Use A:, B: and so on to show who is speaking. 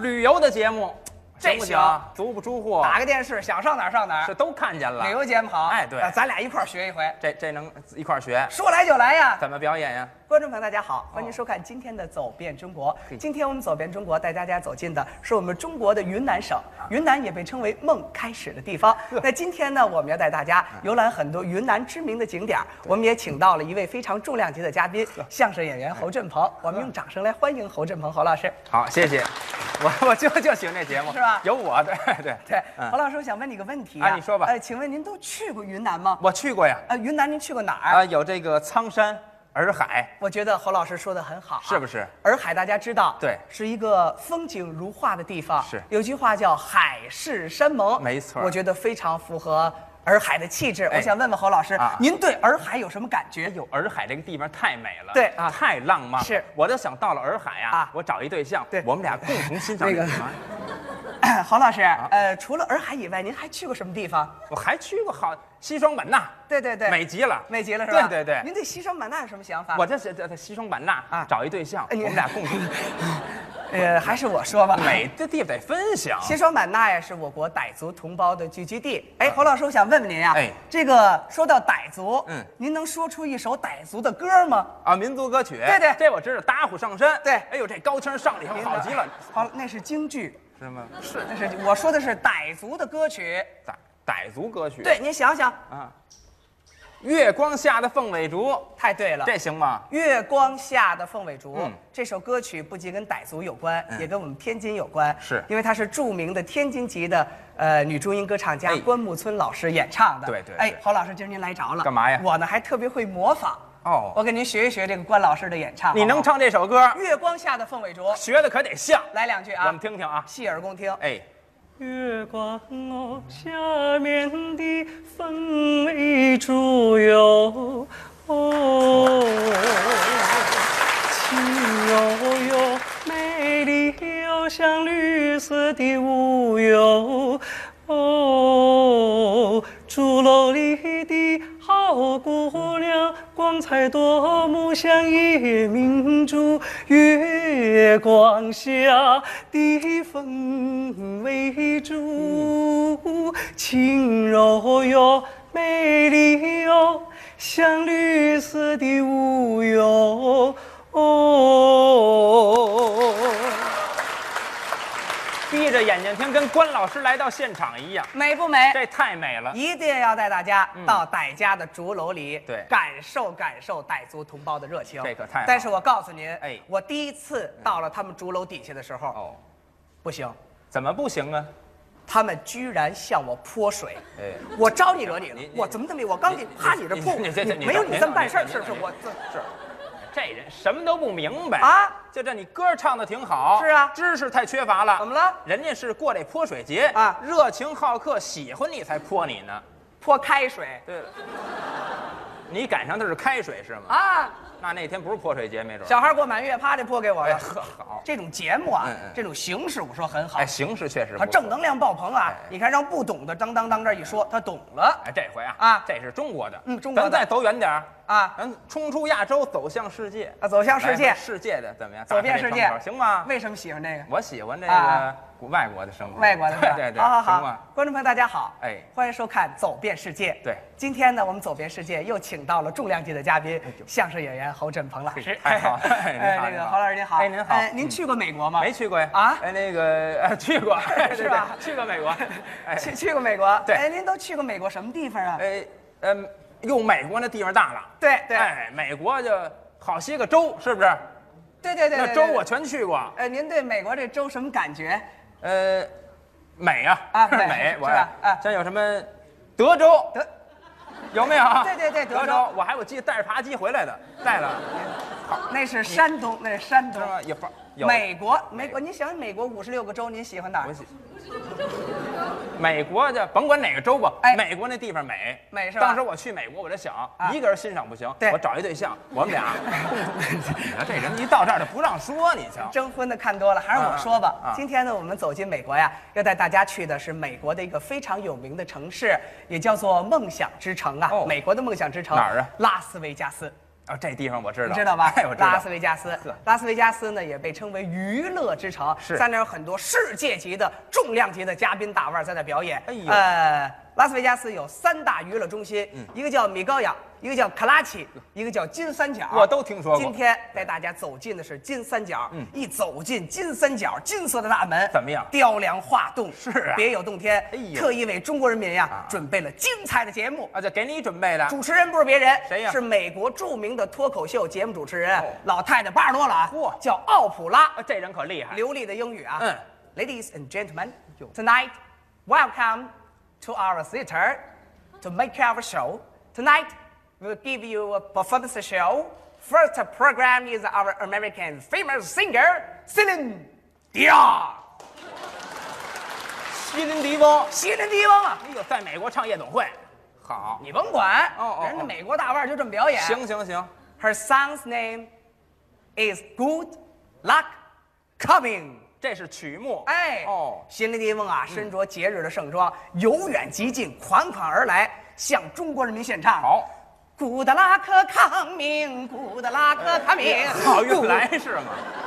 A: 旅游的节目，
B: 这
A: 不
B: 行
A: 出不出货？
B: 打个电视，想上哪儿上哪
A: 是
B: 儿，
A: 都看见了
B: 旅。游节目好。
A: 哎对
B: 呃咱俩一块儿学一回，
A: 这这能一块儿学？
B: 说来就来呀。
A: 怎么表演呀？
B: 观众朋友，大家好，欢迎收看今天的《走遍中国》。今天我们走遍中国，带大家走进的是我们中国的云南省，
A: 啊
B: 云南也被称为梦开始的地方。那今天呢，我们要带大家
A: 嗯
B: 游览很多云南知名的景点儿，我们也请到了一位非常重量级的嘉宾，相声演
A: 哎
B: 员侯振
A: 嗯
B: 鹏。我们用掌声来欢迎侯振鹏侯老师。
A: 好，谢 谢。我我就就喜欢这节目，
B: 是吧
A: 有我，对 对
B: 对，侯
A: 嗯，
B: 老师，我想问你个问题
A: 啊你说吧嗯
B: 呃，请问您都去过云南吗？
A: 我去过呀。
B: 呃，云南您去过哪儿？
A: 啊，有这个苍山、洱海，
B: 我觉得侯老师说的很好、
A: 是不是？
B: 洱海大家知道，
A: 对
B: 是一个风景如画的地方。
A: 是
B: 有句话叫“海誓山盟”，
A: 没错
B: 我觉得非常符合洱海的气质。
A: 哎
B: 我想问问侯老师，
A: 啊
B: 您对洱海有什么感
A: 哎
B: 觉？
A: 呦，洱海这个地方太美了，
B: 对
A: 啊，太浪漫了。
B: 是
A: 我就想到了洱海啊
B: 啊，
A: 我找一对象，
B: 对
A: 我们俩共同欣赏
B: 那
A: 这
B: 个
A: 个地方。
B: 侯老师，
A: 啊
B: 呃，除了洱海以外，您还去过什么地方？
A: 我还去过好西双版纳，
B: 对对对，
A: 美极了，
B: 美极了是吧？
A: 对对对
B: 您对西双版纳有什么想法？
A: 我这是在在西双版纳
B: 啊
A: 找一对象，我
B: 哎你
A: 们俩 共同
B: 呃，还是我说吧。
A: 美的地方得分享。
B: 西双版纳呀，是我国傣族同胞的聚居地。哎，侯老师，我想问问您呀，
A: 啊哎
B: 这个说到傣族，
A: 嗯
B: 您能说出一首傣族的歌吗？
A: 啊，民族歌曲，
B: 对对
A: 这我知道，打虎上山，
B: 对
A: 哎呦，这高腔上来以后好极了，
B: 好，那是京剧，
A: 是吗？
B: 是，那是我说的是傣族的歌曲。
A: 傣傣族歌曲，
B: 对，您想想，
A: 啊，月光下的凤尾竹，
B: 太对了。
A: 这行吗？
B: 月光下的凤尾竹、
A: 嗯
B: 这首歌曲不仅跟傣族有关，也跟我们天津有关，
A: 是
B: 因为它是著名的天津籍的呃女中音歌唱家
A: 哎
B: 关牧村老师演唱的。
A: 对对对
B: 哎，侯老师，今儿您来着了，
A: 干嘛呀
B: 我呢还特别会模仿。
A: 哦
B: 我给您学一学这个关老师的演唱。
A: 你
B: 好不好
A: 能唱这首歌，
B: 月光下的凤尾竹，
A: 学的可得像，
B: 来两句
A: 我
B: 啊
A: 们，听听啊。
B: 细耳恭听。
A: 哎，
C: 月光哦，下面的风一竹哟，哦，情悠悠，美丽又像绿色的雾哟，哦，竹楼里的好姑娘，光彩夺目，像夜明珠。月光下的凤尾竹，轻柔哟，美丽哟，像绿色的雾哟。哦
A: 闭着眼睛听，跟关老师来到现场一样，
B: 美不美？
A: 这太美了。
B: 一定要带大家到傣家的竹楼里，
A: 对
B: 感受感受傣族同胞的热情。
A: 这可太好
B: 但是我告诉您，
A: 哎
B: 我第一次到了他们竹楼底下的时候，
A: 哦，
B: 不行，
A: 怎么不行啊？
B: 他们居然向我泼水。
A: 哎，
B: 我招你惹你了
A: 你？你
B: 我怎么这么我刚进，啪你这
A: 你
B: 泼，
A: 你这这
B: 没有
A: 你
B: 你
A: 等
B: 这么办事儿，
A: 你
B: 是
A: 等
B: 不是？我这
A: 是，这人什么都不明白
B: 啊！
A: 就这你歌唱的挺好，
B: 是啊
A: 知识太缺乏了。
B: 怎么了？
A: 人家是过这泼水节
B: 啊
A: 热情好客，喜欢你才泼你呢。
B: 泼开水
A: 对了，你赶上的是开水是吗？
B: 啊！
A: 那那天不是泼水节，没准儿。
B: 小孩过满月，啪就泼给我
A: 哎
B: 了。
A: 呵好，
B: 这种节目啊
A: 嗯嗯，
B: 这种形式我说很好
A: 哎，，形式确实
B: 它
A: 不
B: 正
A: 错。
B: 能量爆棚啊
A: 哎！
B: 你看让不懂的当当当这一说，他懂了
A: 哎，这回啊
B: 啊
A: 这是中国的，
B: 嗯中国的
A: 咱再走远点儿，
B: 啊。
A: 咱冲出亚洲，走向世界，
B: 啊，走向世
A: 来
B: 界
A: 个，世界的怎么样？
B: 走遍世
A: 打开
B: 界
A: 这窗口行吗？
B: 为什么喜欢这个？
A: 我喜欢这
B: 啊
A: 个国外国的生活，
B: 外国的是吧
A: 对对对，
B: 好好
A: 行吗
B: 好？，观众朋友大家好，
A: 哎
B: 欢迎收看《走遍世界》。
A: 对
B: 今天呢，我们走遍世界又请到了重量级的嘉宾，相声演员侯振鹏老师。
A: 太 好了哎您好
B: 这
A: 您
B: 个
A: 好
B: 侯老师您好，
A: 哎您好
B: 哎您去过美国吗？
A: 没去过呀？
B: 啊
A: 哎，那个呃去过，
B: 是吧
A: 对对去过美国，哎
B: 去去过美国。
A: 对
B: 哎，您都去过美国什么地方啊？
A: 哎嗯，又美国那地方大了，
B: 对对
A: 哎，美国就好些个州，是不是？
B: 对对对，
A: 那
B: 对
A: 州
B: 对
A: 我全去过，
B: 呃，您对美国这州什么感觉？
A: 呃，美啊，
B: 啊美
A: 美，我
B: 是吧啊
A: 像有什么德州，
B: 德
A: 有没有啊？
B: 对对对德
A: 德
B: 州
A: 我还我记得带着扒鸡回来的，带了，
B: 那是山东，那是
A: 是
B: 山东。
A: 吗？有有
B: 嗯美国，美国，您想想美国五十六个州，您喜欢哪
A: 我
B: 儿？
A: 喜美国的，甭管哪个州吧，
B: 哎
A: 美国那地方美，
B: 美是吧啊
A: 当时我去美国，我就想，一个人欣赏不行，
B: 对
A: 我找一对象，我们 俩共同。你看这人一到这儿就不让说，你瞧。
B: 征婚的看多了，还是我说吧。
A: 啊啊啊
B: 今天呢，我们走进美国呀，要带大家去的是美国的一个非常有名的城市，也叫做梦想之城啊。
A: 哦
B: 美国的梦想之城
A: 哪儿啊
B: 拉斯维加斯。
A: 啊，这地方我知道，
B: 你知道吧？
A: 哎，我知
B: 拉
A: 道
B: 斯。维加斯
A: 呵，
B: 拉斯维加斯呢也被称为娱乐之城，
A: 是
B: 在那儿有很多世界级的重量级的嘉宾大腕儿在那表演。
A: 哎呦嗯
B: 呃，拉斯维加斯有三大娱乐中心，一个叫米高扬，一个叫卡拉奇，一个叫金三角。
A: 我都听说过嗯
B: 今天带大家走进的是金三角，一走进金三角，金色的大门
A: 怎么样
B: 雕梁画栋，
A: 是啊
B: 别有洞天。
A: 哎呦
B: 特意为中国人民呀
A: 啊
B: 准备了精彩的节目。
A: 啊，这给你准备的。
B: 主持人不是别人，
A: 谁呀
B: 是美国著名的脱口秀节目主持人，
A: 哦
B: 老太太八十多了啊，
A: 嚯
B: 叫奥普拉，
A: 啊，这人可厉害。
B: 流利的英语啊。
A: 嗯
B: ，Ladies and gentlemen, tonight, welcome to our theater to make our show. Tonight, we'll give you a performance show. First program is our American famous singer Celine Dion，
A: 西林迪翁，
B: 西林迪翁啊，
A: 哎呦，在美国唱夜总会，好。
B: 你甭管，
A: 哦哦
B: 人家
A: 哦
B: 美国大腕儿就这么表演。
A: 行行行，
B: Her son's name is Good Luck Coming。
A: 这是曲目。
B: 哎，
A: 哦，
B: 新林迪翁啊，身着节日的盛装，由远及近，款款而来，向中国人民献唱。
A: 好，
B: ，Good Luck Coming，Good Luck Coming。
A: 哦好运来是吗？